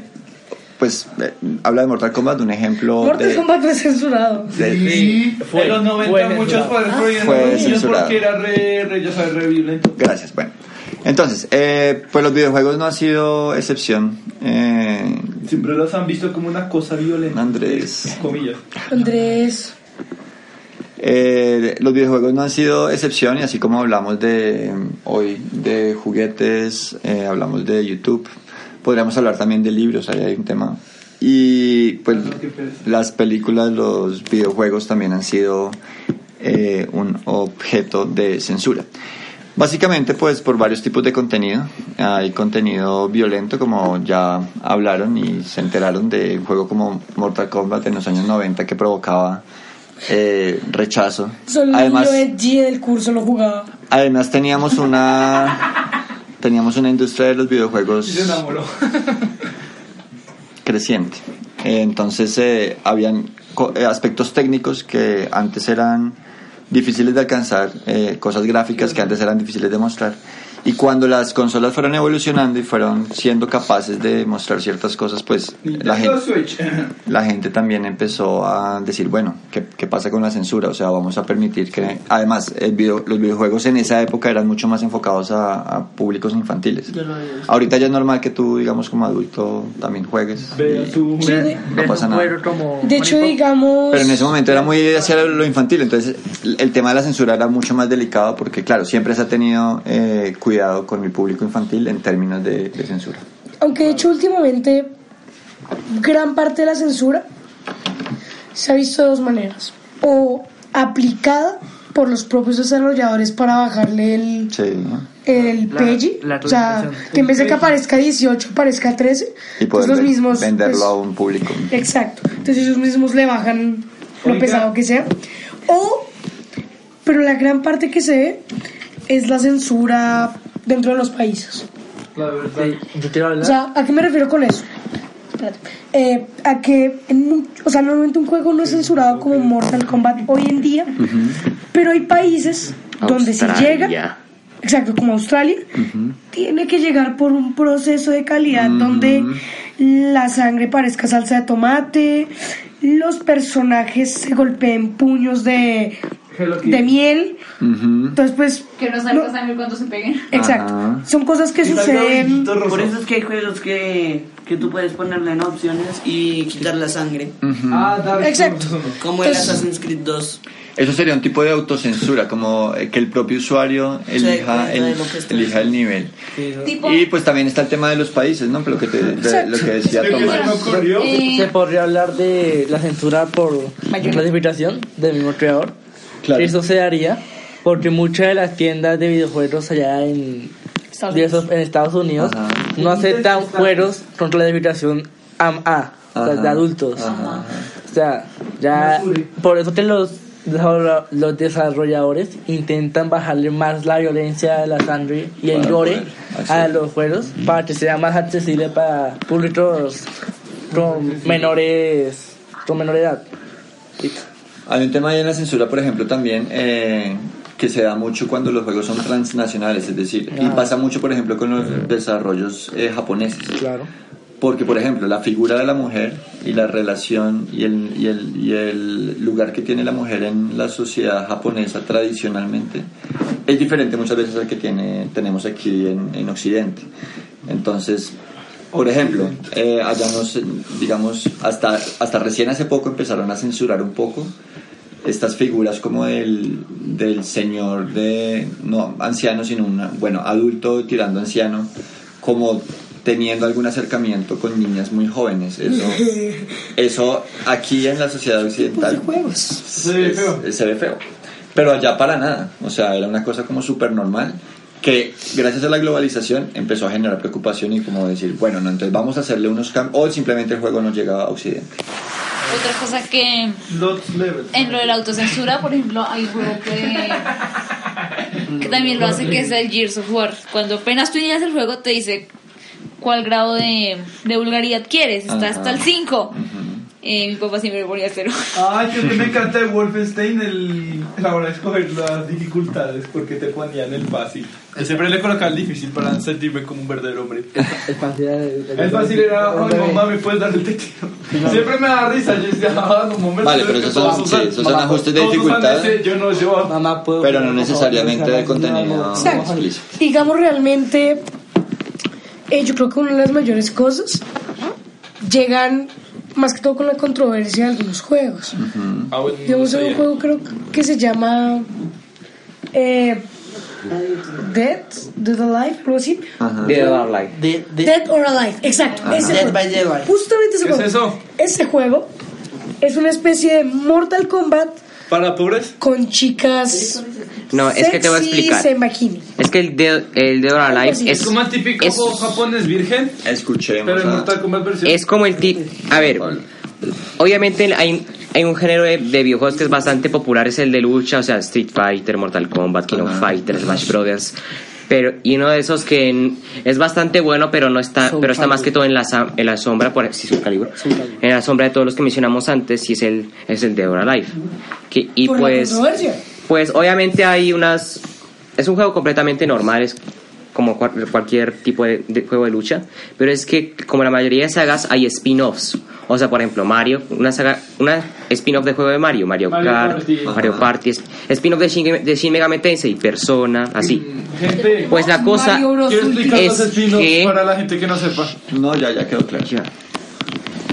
pues, eh, habla de Mortal Kombat, un ejemplo Mortal de, Kombat fue censurado. de- Sí, fue- en los 90 fue muchos censurado. padres prohibían Fue a los niños censurado. porque era re, re, ya sabes, re violento. Gracias, bueno. Entonces, eh, pues los videojuegos no ha sido excepción. eh, Siempre los han visto como una cosa violenta. Andrés. Comillas. Andrés, Eh, los videojuegos no han sido excepción y así como hablamos de mm, hoy de juguetes, eh, hablamos de YouTube, podríamos hablar también de libros, ahí hay un tema. Y pues Ah, qué pereza. las películas, los videojuegos también han sido eh, un objeto de censura. Básicamente pues por varios tipos de contenido. Hay contenido violento como ya hablaron y se enteraron de un juego como Mortal Kombat en los años 90 que provocaba eh, rechazo. Solo el Además, niño de G del curso lo jugaba. además teníamos una teníamos una industria de los videojuegos Se (laughs) enamoró. creciente. Eh, Entonces eh, habían co- eh, aspectos técnicos que antes eran difíciles de alcanzar, eh, cosas gráficas que antes eran difíciles de mostrar. Y cuando las consolas fueron evolucionando y fueron siendo capaces de mostrar ciertas cosas, pues la Nintendo gente, Switch. la gente también empezó a decir, bueno, ¿qué, qué pasa con la censura? O sea, vamos a permitir que... Además, el video- los videojuegos en esa época eran mucho más enfocados a, a públicos infantiles. Ahorita ya es normal que tú, digamos, como adulto también juegues. Vea Y- su. de, No pasa nada. Bueno, como de hecho, digamos. Pero en ese momento era muy hacia lo infantil, entonces el- el tema de la censura era mucho más delicado porque, claro, siempre se ha tenido eh, cuidado con mi público infantil en términos de, de censura. Aunque de hecho últimamente gran parte de la censura se ha visto de dos maneras. O aplicada por los propios desarrolladores para bajarle el, Sí, ¿no? el La- PEGI. la O sea, clasificación. que en vez de que aparezca 18, aparezca 13. Y poder entonces los ven- mismos, venderlo pues, a un público. Exacto. Entonces ellos mismos le bajan lo Oiga. pesado que sea. O, pero la gran parte que se ve es la censura dentro de los países. La verdad. Sí, yo quiero O hablar. sea, ¿a qué me refiero con eso? Espérate. Eh, a que, en mu- o sea, normalmente un juego no es censurado como Mortal Kombat hoy en día, pero hay países donde si Australia. llega, exacto, como Australia, tiene que llegar por un proceso de calidad donde la sangre parezca salsa de tomate, los personajes se golpeen puños de, Hello Kitty. de miel, entonces pues... Que no salga no- sangre cuando se peguen. Exacto, Ajá. son cosas que suceden... Por eso es que hay juegos que, que tú puedes ponerle en opciones y quitar la sangre. Ah, Dark Exacto. Souls. Como el Entonces- Assassin's Creed 2. Eso sería un tipo de autocensura, como eh, que el propio usuario elija, cuenta el, de lo que está elija el nivel. Tipo, Y pues también está el tema de los países, ¿no? Pero lo que, te- de- Exacto. lo que decía Lo que se me Tomás. ocurrió. eh, Se podría hablar de la censura por clasificación del mismo creador. Claro. Eso se haría porque muchas de las tiendas de videojuegos allá en Estados diversos- en Estados Unidos Ajá. no aceptan juegos con clasificación AA, o sea, Ajá. de adultos. Ajá. O sea, ya por eso que los desarrolla- los desarrolladores intentan bajarle más la violencia, la sangre y el Para gore poder hacer- a los juegos para que sea más accesible para públicos con menores con menor edad. Hay un tema ahí en la censura, por ejemplo, también eh, que se da mucho cuando los juegos son transnacionales, es decir, y pasa mucho, por ejemplo, con los desarrollos eh, japoneses. Claro. Porque, por ejemplo, la figura de la mujer y la relación y el, y el- y el lugar que tiene la mujer en la sociedad japonesa tradicionalmente es diferente muchas veces al que tiene, tenemos aquí en, en Occidente. Entonces, por ejemplo, eh, allá nos, eh, digamos, hasta, hasta recién hace poco empezaron a censurar un poco estas figuras como del, del señor de, no anciano, sino un, bueno, adulto tirando a anciano, como teniendo algún acercamiento con niñas muy jóvenes. Eso, eso aquí en la sociedad occidental Se ve es- feo. se ve feo. Pero allá para nada, o sea, era una cosa como súper normal que gracias a la globalización empezó a generar preocupación y como decir, bueno, no, entonces vamos a hacerle unos cambios, o simplemente el juego no llega a Occidente. otra cosa que Lots level. en lo de la autocensura, por ejemplo, hay un juego que, que también lo hace que es el Gears of War. Cuando apenas tú inicias el juego te dice cuál grado de, de vulgaridad quieres. Está Ajá. hasta el 5. Eh, mi papá siempre me ponía cero. Ay, que a (laughs) mí me encanta de Wolfenstein el, la hora de escoger las dificultades porque te ponían el fácil. Yo siempre le colocaba el difícil para sentirme como un verdadero (laughs) hombre. El fácil era, ay mamá, me puedes dar el te quiero. Siempre me da risa, yo decía, ah, no, momento. Vale, pero es que esos son- todos usan- sí, esos son todos ajustes de usan dificultad. ese, Yo no, yo... Mamá, ¿puedo Pero no jugar, por favor? necesariamente de contenido Exacto. explícito. digamos realmente eh, yo creo que una de las mayores cosas llegan más que todo con la controversia de algunos juegos Mm. Ah, bueno, digamos hay un sabía. juego creo que se llama eh, Dead Dead Alive algo así Ajá. Ah, De Ah, darle. De, de- Dead or Alive exacto ese Dead juego. by Daylight. justamente ese ¿Qué es juego eso? ese juego es una especie de Mortal Kombat ¿Para pobres? con chicas No, es que te voy a sexys explicar. en bikini Es que el de, el de Dora Live así. es, Es como el típico es- juego japonés virgen, Escuchemos. pero en a- Mortal Kombat versión. es como el tip. A ver, obviamente hay, en un género de, de videojuegos que es bastante popular, es el de lucha, o sea, Street Fighter, Mortal Kombat, King of Fighters, Smash Brothers. Pero, y uno de esos que en- es bastante bueno, pero no está, Soul pero está más Calibur. que todo en la, sa- en la sombra, por sí, Soul Calibur. en la sombra de todos los que mencionamos antes, y es el, es el de Hora Life. Que, y por pues, la controversia. pues obviamente hay unas... Es un juego completamente normal, es como cual- cualquier tipo de, de juego de lucha, pero es que como la mayoría de sagas hay spin-offs. O sea, por ejemplo, Mario, una saga, una spin-off de juego de Mario, Mario Mario Kart, Party. Mario Party, es- spin-off de Shin, de Shin Megami Tensei, Persona, Mm. así. Gente, Pues la cosa Mario Bros. quiero explicar es los spin-offs que- para la gente que no sepa. No, ya, ya quedó claro. Ya.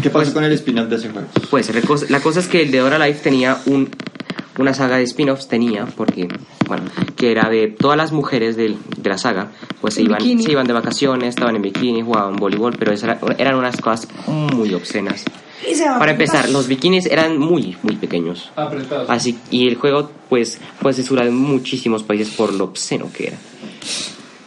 ¿Qué pasó con el spin-off de ese juego? Pues la cosa, la cosa es que el de Dora Life tenía un, una saga de spin-offs, tenía, porque, bueno, que era de todas las mujeres del- de la saga, pues se En iban, bikini. se iban de vacaciones, estaban en bikini, jugaban voleibol, pero esas era- eran unas cosas muy obscenas. Y se va a Para empezar, matar. los bikinis eran muy, muy pequeños. Apretados. Así, y el juego, pues, fue censurado en muchísimos países por lo obsceno que era.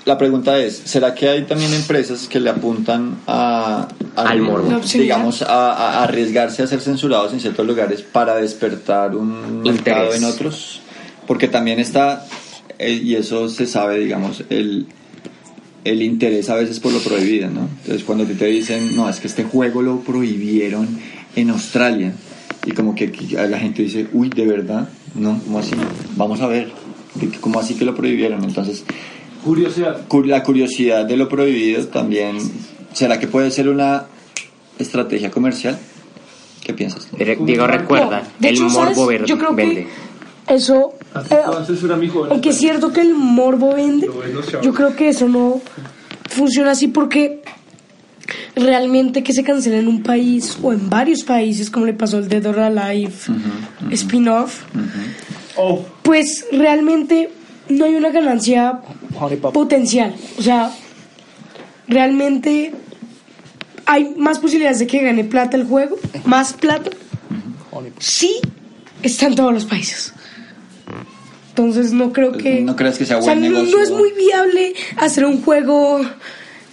La pregunta es, ¿será que hay también empresas que le apuntan a, a- Al morbo. La obscenidad. digamos, a, a- a arriesgarse a ser censurados en ciertos lugares para despertar un mercado Interés. en otros? Porque también está, eh, y eso se sabe, digamos, el, el interés a veces por lo prohibido, ¿no? Entonces cuando a ti te dicen, no, es que este juego lo prohibieron en Australia, y como que aquí la gente dice, uy, de verdad, no, ¿cómo así? Vamos a ver, ¿cómo así que lo prohibieron? Entonces Curiosidad. cu- la curiosidad de lo prohibido también, ¿será que puede ser una estrategia comercial? ¿Qué piensas? Re- Diego, recuerda, No, de el hecho, ¿sabes? morbo verde. Yo creo que- vende. Eso. Así eh, que van a censurar a mi joven. aunque es cierto que el morbo vende, Lo bueno, chao. yo creo que eso no funciona así porque realmente que se cancela en un país o en varios países, como le pasó el Dead or Alive spin-off, Oh, pues realmente no hay una ganancia potencial. O sea, realmente hay más posibilidades de que gane plata el juego, más plata, sí está en todos los países. Entonces no creo que... ¿No crees que sea o sea, buen no- negocio? No es muy viable hacer un juego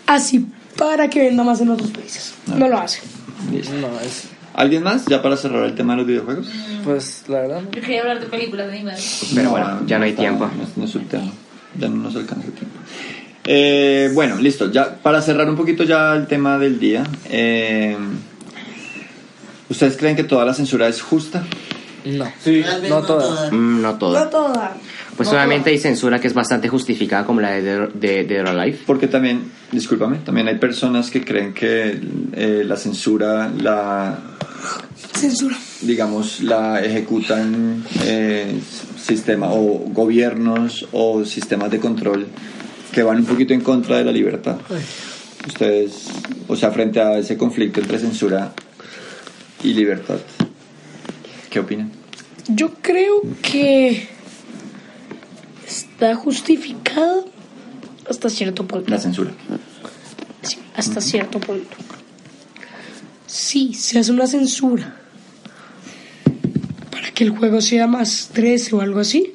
así para que venda más en otros países. Ah. No lo hacen. No, es. ¿Alguien más? Ya para cerrar el tema de los videojuegos. Pues la verdad, no. Yo quería hablar de películas de animales. Pero bueno, ya no hay está- tiempo. No es, no es un tema. Ya no nos alcanza el tiempo. Eh, bueno, listo. Ya para cerrar un poquito ya el tema del día. eh, ¿Ustedes creen que toda la censura es justa? No. sí. No todas. Ah. Mm, no todo. toda. Pues obviamente hay censura que es bastante justificada, como la de Dead or- de Dead or Alive. Porque también, discúlpame, también hay personas que creen que eh, la censura la Censura. digamos, la ejecutan eh, sistemas o gobiernos o sistemas de control que van un poquito en contra de la libertad. Ustedes, o sea, frente a ese conflicto entre censura y libertad, ¿qué opinan? Yo creo que está justificada hasta cierto punto. La censura. Sí, hasta cierto punto. Sí, se hace una censura para que el juego sea más 13 o algo así.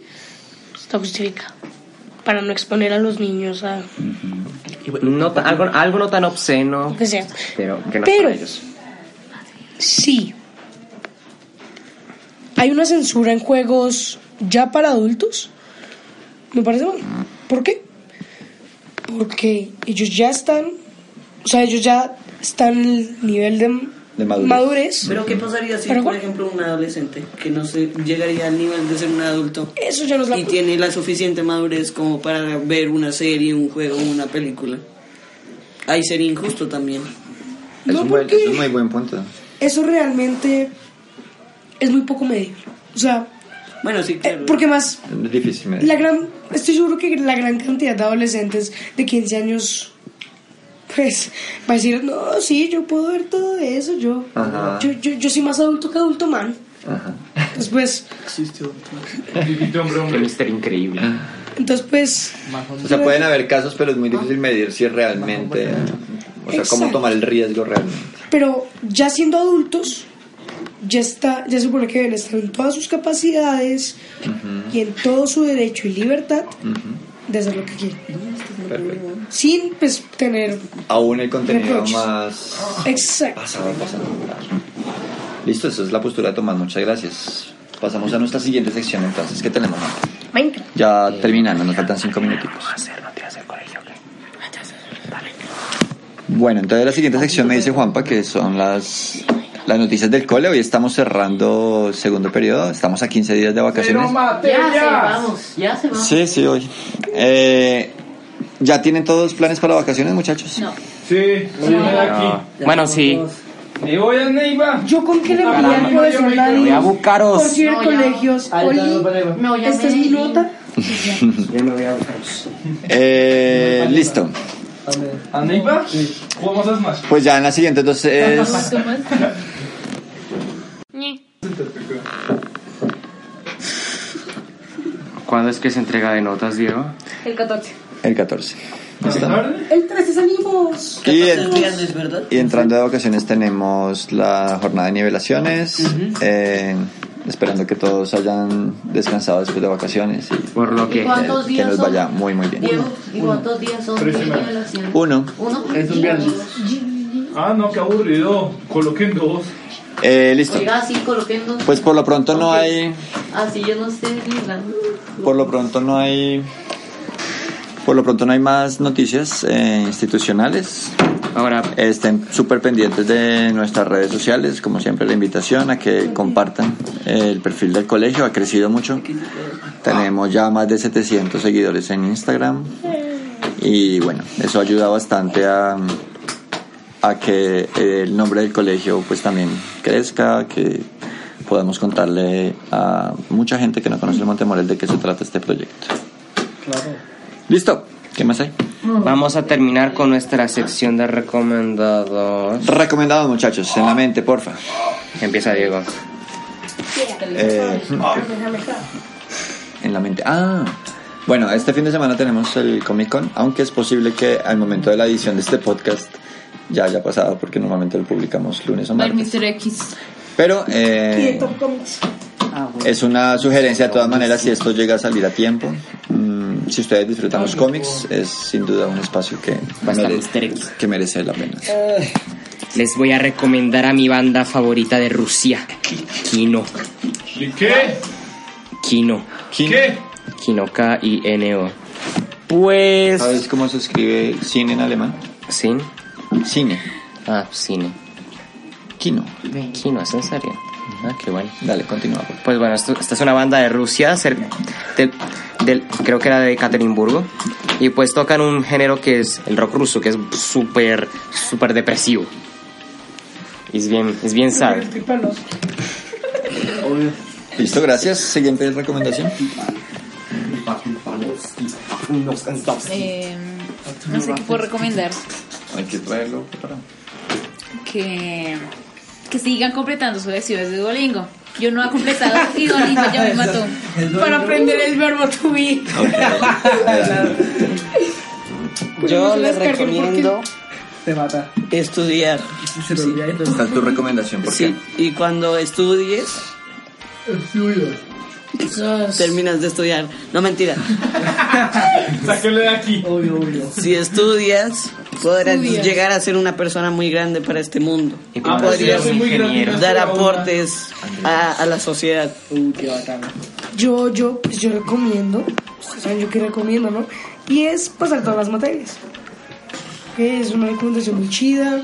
Está justificado. Para no exponer a los niños a No, ta- algo, algo no tan obsceno, lo que sea. pero que no es Pero- para ellos. Sí. Hay una censura en juegos ya para adultos. Me parece mal. ¿Por qué? Porque ellos ya están. O sea, ellos ya están en el nivel de, De madurez. Pero ¿qué pasaría si, Pero, por ¿cuál? ejemplo, un adolescente que no se llegaría al nivel de ser un adulto Eso ya no es la y tiene la suficiente madurez como para ver una serie, un juego, una película? Ahí sería injusto también. Es, No, un buen- porque- es un muy buen punto. Eso realmente es muy poco medible. O sea, Bueno, sí, eh, claro. porque más Es difícil. me- La gran, estoy seguro que la gran cantidad de adolescentes de 15 años, pues, va a decir, no, sí, yo puedo ver todo eso, yo, Ajá. yo, yo, yo soy más adulto que adulto man. Ajá. Entonces, pues, Dijiste hombre, Qué hombre. misterio increíble. entonces, pues, O sea, pueden haber casos, pero es muy difícil medir si realmente... eh, O sea, cómo Exacto. tomar el riesgo realmente. pero ya siendo adultos, ya está, ya se supone que deben estar en todas sus capacidades y en todo su derecho y libertad de hacer lo que quieran. Sin, pues, tener, Aún el contenido Reproches. más... exacto. Pasado, pasado. Listo, esa es la postura de Tomás. Muchas gracias. Pasamos a nuestra siguiente sección entonces. ¿Qué tenemos? Manu? 20. Ya terminando, nos faltan cinco minutitos. Bueno, entonces la siguiente sección me dice Juanpa que son las, las noticias del cole. Hoy estamos cerrando segundo periodo, estamos a 15 días de (laughs) vacaciones. Ya se vamos, ya se vamos. Sí, sí, hoy. Eh, ¿Ya tienen todos planes para vacaciones, muchachos? No. Sí, voy a ir aquí. Bueno, sí. (laughs) Me voy a Neiva. Yo con que le pedí al profesor Voy a David por buscaros. si el No, ya. colegios, Oli, No, ya esta me es mi di. nota. Eh, listo. ¿A Neiva? Jugamos a Smash. Pues ya en las siguientes dos es... ¿Cuándo es que se entrega de notas, Diego? El 14. El 14. El 13 salimos. Y el- viernes, ¿verdad? Y entrando de vacaciones tenemos la jornada de nivelaciones, eh, esperando que todos hayan descansado después de vacaciones y Por lo que. ¿Cuántos que días nos son? vaya muy muy bien. Diego, ¿y cuántos días son de nivelación? Uno, Uno. Es un Y viernes. amigos. Ah, no, qué aburrido. Coloquen dos. eh, listo. Oiga, sí, coloquen dos. Pues por lo pronto no hay, Así Ah, yo no sé librando. por lo pronto no hay, por lo pronto no hay más noticias eh, institucionales. Ahora, Estén súper pendientes de nuestras redes sociales, como siempre la invitación a que compartan el perfil del colegio, ha crecido mucho. Tenemos ya más de 700 seguidores en Instagram y bueno, eso ayuda bastante a, a que el nombre del colegio pues también crezca, que podamos contarle a mucha gente que no conoce el Montemorel de qué se trata este proyecto. Listo, ¿qué más hay? vamos a terminar con nuestra sección de recomendados. Recomendado muchachos, en la mente, porfa. Empieza Diego. Eh, en la mente. Ah, bueno, este fin de semana tenemos el Comic Con, aunque es posible que al momento de la edición de este podcast ya haya pasado, porque normalmente lo publicamos lunes o El martes. Mr. X. Pero Y de eh, Top Comics. es una sugerencia de todas maneras si esto llega a salir a tiempo. Mm, si ustedes disfrutan los cómics, es sin duda un espacio que, Va a estar mere- Mr. X. que merece la pena. Les voy a recomendar a mi banda favorita de Rusia, Kino. ¿Y qué? Kino. ¿Qué? Kino K-I-N-O. Pues. ¿Sabes cómo se escribe cine en alemán? ¿Sin? Cine, Ah, cine. kino. Kino, ¿es en serio? Ah, qué bueno. Dale, continúa. por favor. Pues bueno, esto- esta es una banda de Rusia, cer- de- del- creo que era de Katerinburgo, y pues tocan un género que es el rock ruso, que es súper, súper depresivo. Y Es bien, es bien sad. Listo, gracias. Siguiente recomendación. Eh, no sé qué puedo recomendar. Hay que traerlo preparado. Que, que sigan completando sus lecciones de Duolingo. Yo no he completado y Duolingo ya me mató. Para aprender el verbo to be. Eh. Yo se les las carguen recomiendo Te mata. estudiar. Se te olvida entonces. Esta es tu recomendación, ¿por Sí, y cuando estudies, terminas de estudiar. No mentira. Sáquenle de aquí. Obvio, obvio. Si estudias, podrás llegar a ser una persona muy grande para este mundo. Y Ah, pues, pues yo soy muy grande, ingeniero. no Dar soy aún- aportes a, a la sociedad. Uy, qué bacán. Yo, yo, pues yo recomiendo. Ustedes saben yo qué recomiendo, ¿no? Y es pasar todas las materias. Que es una recomendación muy chida.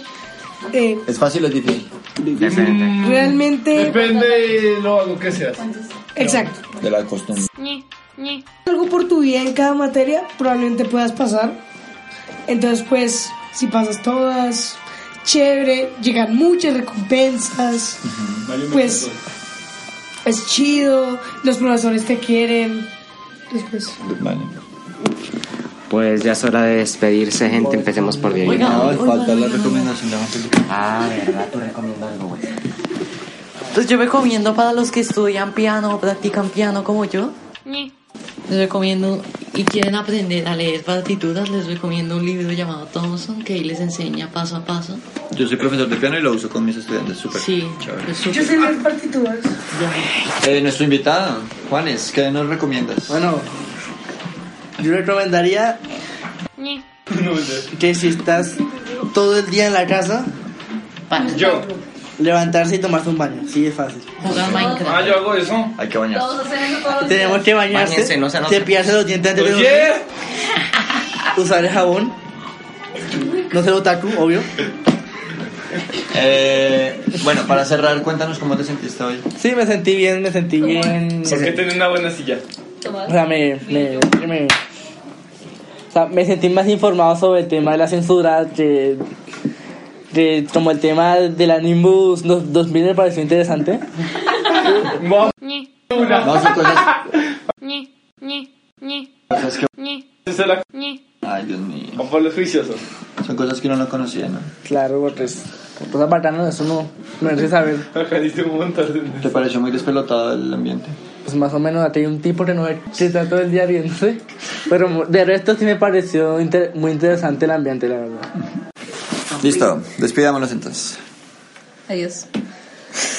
Eh, ¿Es fácil o es difícil? Depende. realmente. Depende de lo hago que seas. Exacto. De la costumbre. algo por tu vida en cada materia, probablemente puedas pasar. Entonces, pues, si pasas todas, chévere, llegan muchas recompensas, pues, es chido, los profesores te quieren. pues. Después, Vale. Pues ya es hora de despedirse, gente. Empecemos por Diego. No, falta la recomendación de Ah, verdad, tú recomiendas algo, güey. Entonces yo recomiendo para los que estudian piano o practican piano como yo. Les recomiendo y quieren aprender a leer partituras, les recomiendo un libro llamado Thomson que ahí les enseña paso a paso. Yo soy profesor de piano y lo uso con mis estudiantes. Súper. Sí, chévere. es súper. las partituras. Eh, nuestro invitado, Juanes, ¿qué nos recomiendas? Bueno, yo recomendaría que si estás todo el día en la casa, Para. Yo. Levantarse y tomarse un baño, sí es fácil. Jugar Minecraft. Ah, yo hago eso. Hay que bañarse. Todos hacen eso todos los días. Tenemos que bañarse, Báñense, no se anoten. cepillarse los dientes antes de Oye, dormir, usar el jabón, no ser otaku, obvio. Eh, bueno, para cerrar, cuéntanos cómo te sentiste hoy. Sí, me sentí bien, me sentí bien. ¿por qué tener una buena silla? O sea, me, me, me- o sea, me sentí más informado sobre el tema de la censura, que, que como el tema de la Nimbus 2000 me pareció interesante. No, son cosas. cosas que... Esa es la Ay, Dios mío. con Pablo es juicioso. (laughs) Son cosas que uno no conocía, ¿no? Claro, pues, pues apartando de eso no, no merece saber. Acá dice un montón de... ¿Te pareció muy despelotado el ambiente? Pues más o menos aquí hay un tipo que no ve- se está todo el día (laughs) riéndose. Pero de resto sí me pareció inter- muy interesante el ambiente, la verdad. Listo, despidámonos entonces. Adiós.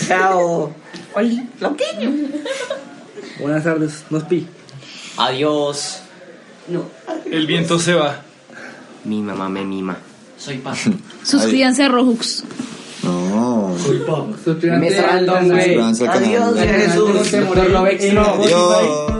Chao. Oli, Buenas tardes, nos pi. Adiós. El viento se va. Mi mamá me mima. Soy Paz. Suscríbanse a Rojux. No. Me saldan, güey. Suscríbanse al canal. Jesús. Adiós.